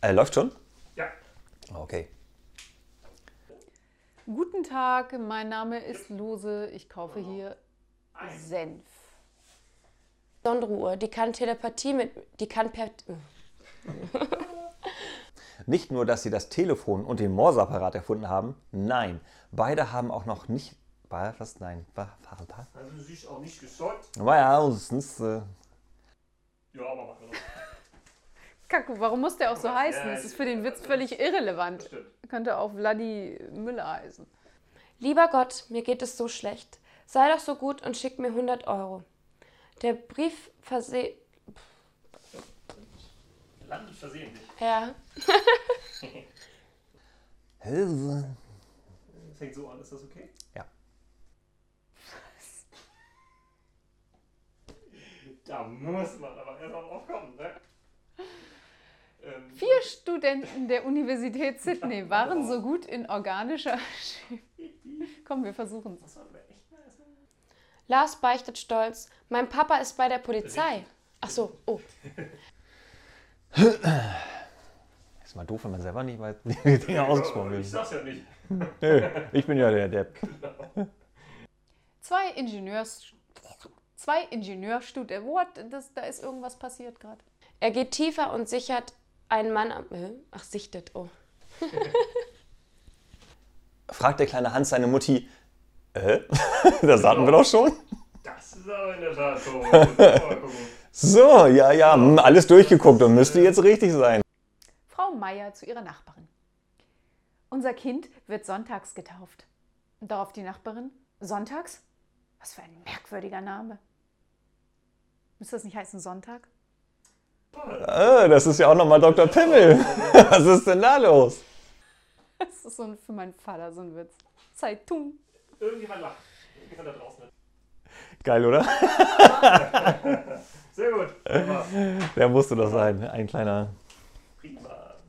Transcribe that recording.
Äh, läuft schon? Ja. Okay. Guten Tag, mein Name ist Lose. Ich kaufe hier Senf. besondere Uhr, die kann Telepathie mit, die kann per, Nicht nur, dass sie das Telefon und den Morseapparat erfunden haben, nein, beide haben auch noch nicht. War Was? Nein. War, war, war, Also sie ist auch nicht gesäugt. war ja, sonst, äh, Ja, aber machen wir noch. Kacke, warum muss der auch so heißen? Ja, Das ist für den Witz völlig irrelevant. Stimmt. Könnte auch Vladi Müller heißen. Lieber Gott, mir geht es so schlecht. Sei doch so gut und schick mir 100 Euro. Der Brief verse... Landet versehentlich. Ja. Hilfe. Das hängt so an, ist das okay? Ja. Da muss man aber erstmal drauf kommen, ne? Ähm, Vier Studenten der Universität Sydney waren so gut in organischer Chemie. Komm, wir versuchen es. das war aber echt nice. Lars beichtet stolz, mein Papa ist bei der Polizei. Ach so, oh. Ist mal doof, wenn man selber nicht weiß, wie die Dinge ausgesprochen werden. Ich sag's ja nicht. Ich bin ja der Depp. Zwei Ingenieurs... Zwei Ingenieurstudenten... What? Das, da ist irgendwas passiert gerade. Er geht tiefer und sichert einen Mann am... Äh, Ach, sichtet, oh. Fragt der kleine Hans seine Mutti, äh? Das hatten wir doch schon. Das ist aber in der Tat so. Das ist aber komisch. So, ja, ja, hm, alles durchgeguckt und müsste jetzt richtig sein. Frau Meier zu ihrer Nachbarin. Unser Kind wird sonntags getauft. Und darauf die Nachbarin. Sonntags? Was für ein merkwürdiger Name. Müsste das nicht heißen Sonntag? Ah, das ist ja auch nochmal Dr. Pimmel. Was ist denn da los? Das ist so ein, für meinen Vater so ein Witz. Zeitung. Irgendjemand lacht. Irgendjemand da draußen. hat- Geil, oder? Sehr gut. Wunderbar. Der musste das sein. Ein kleiner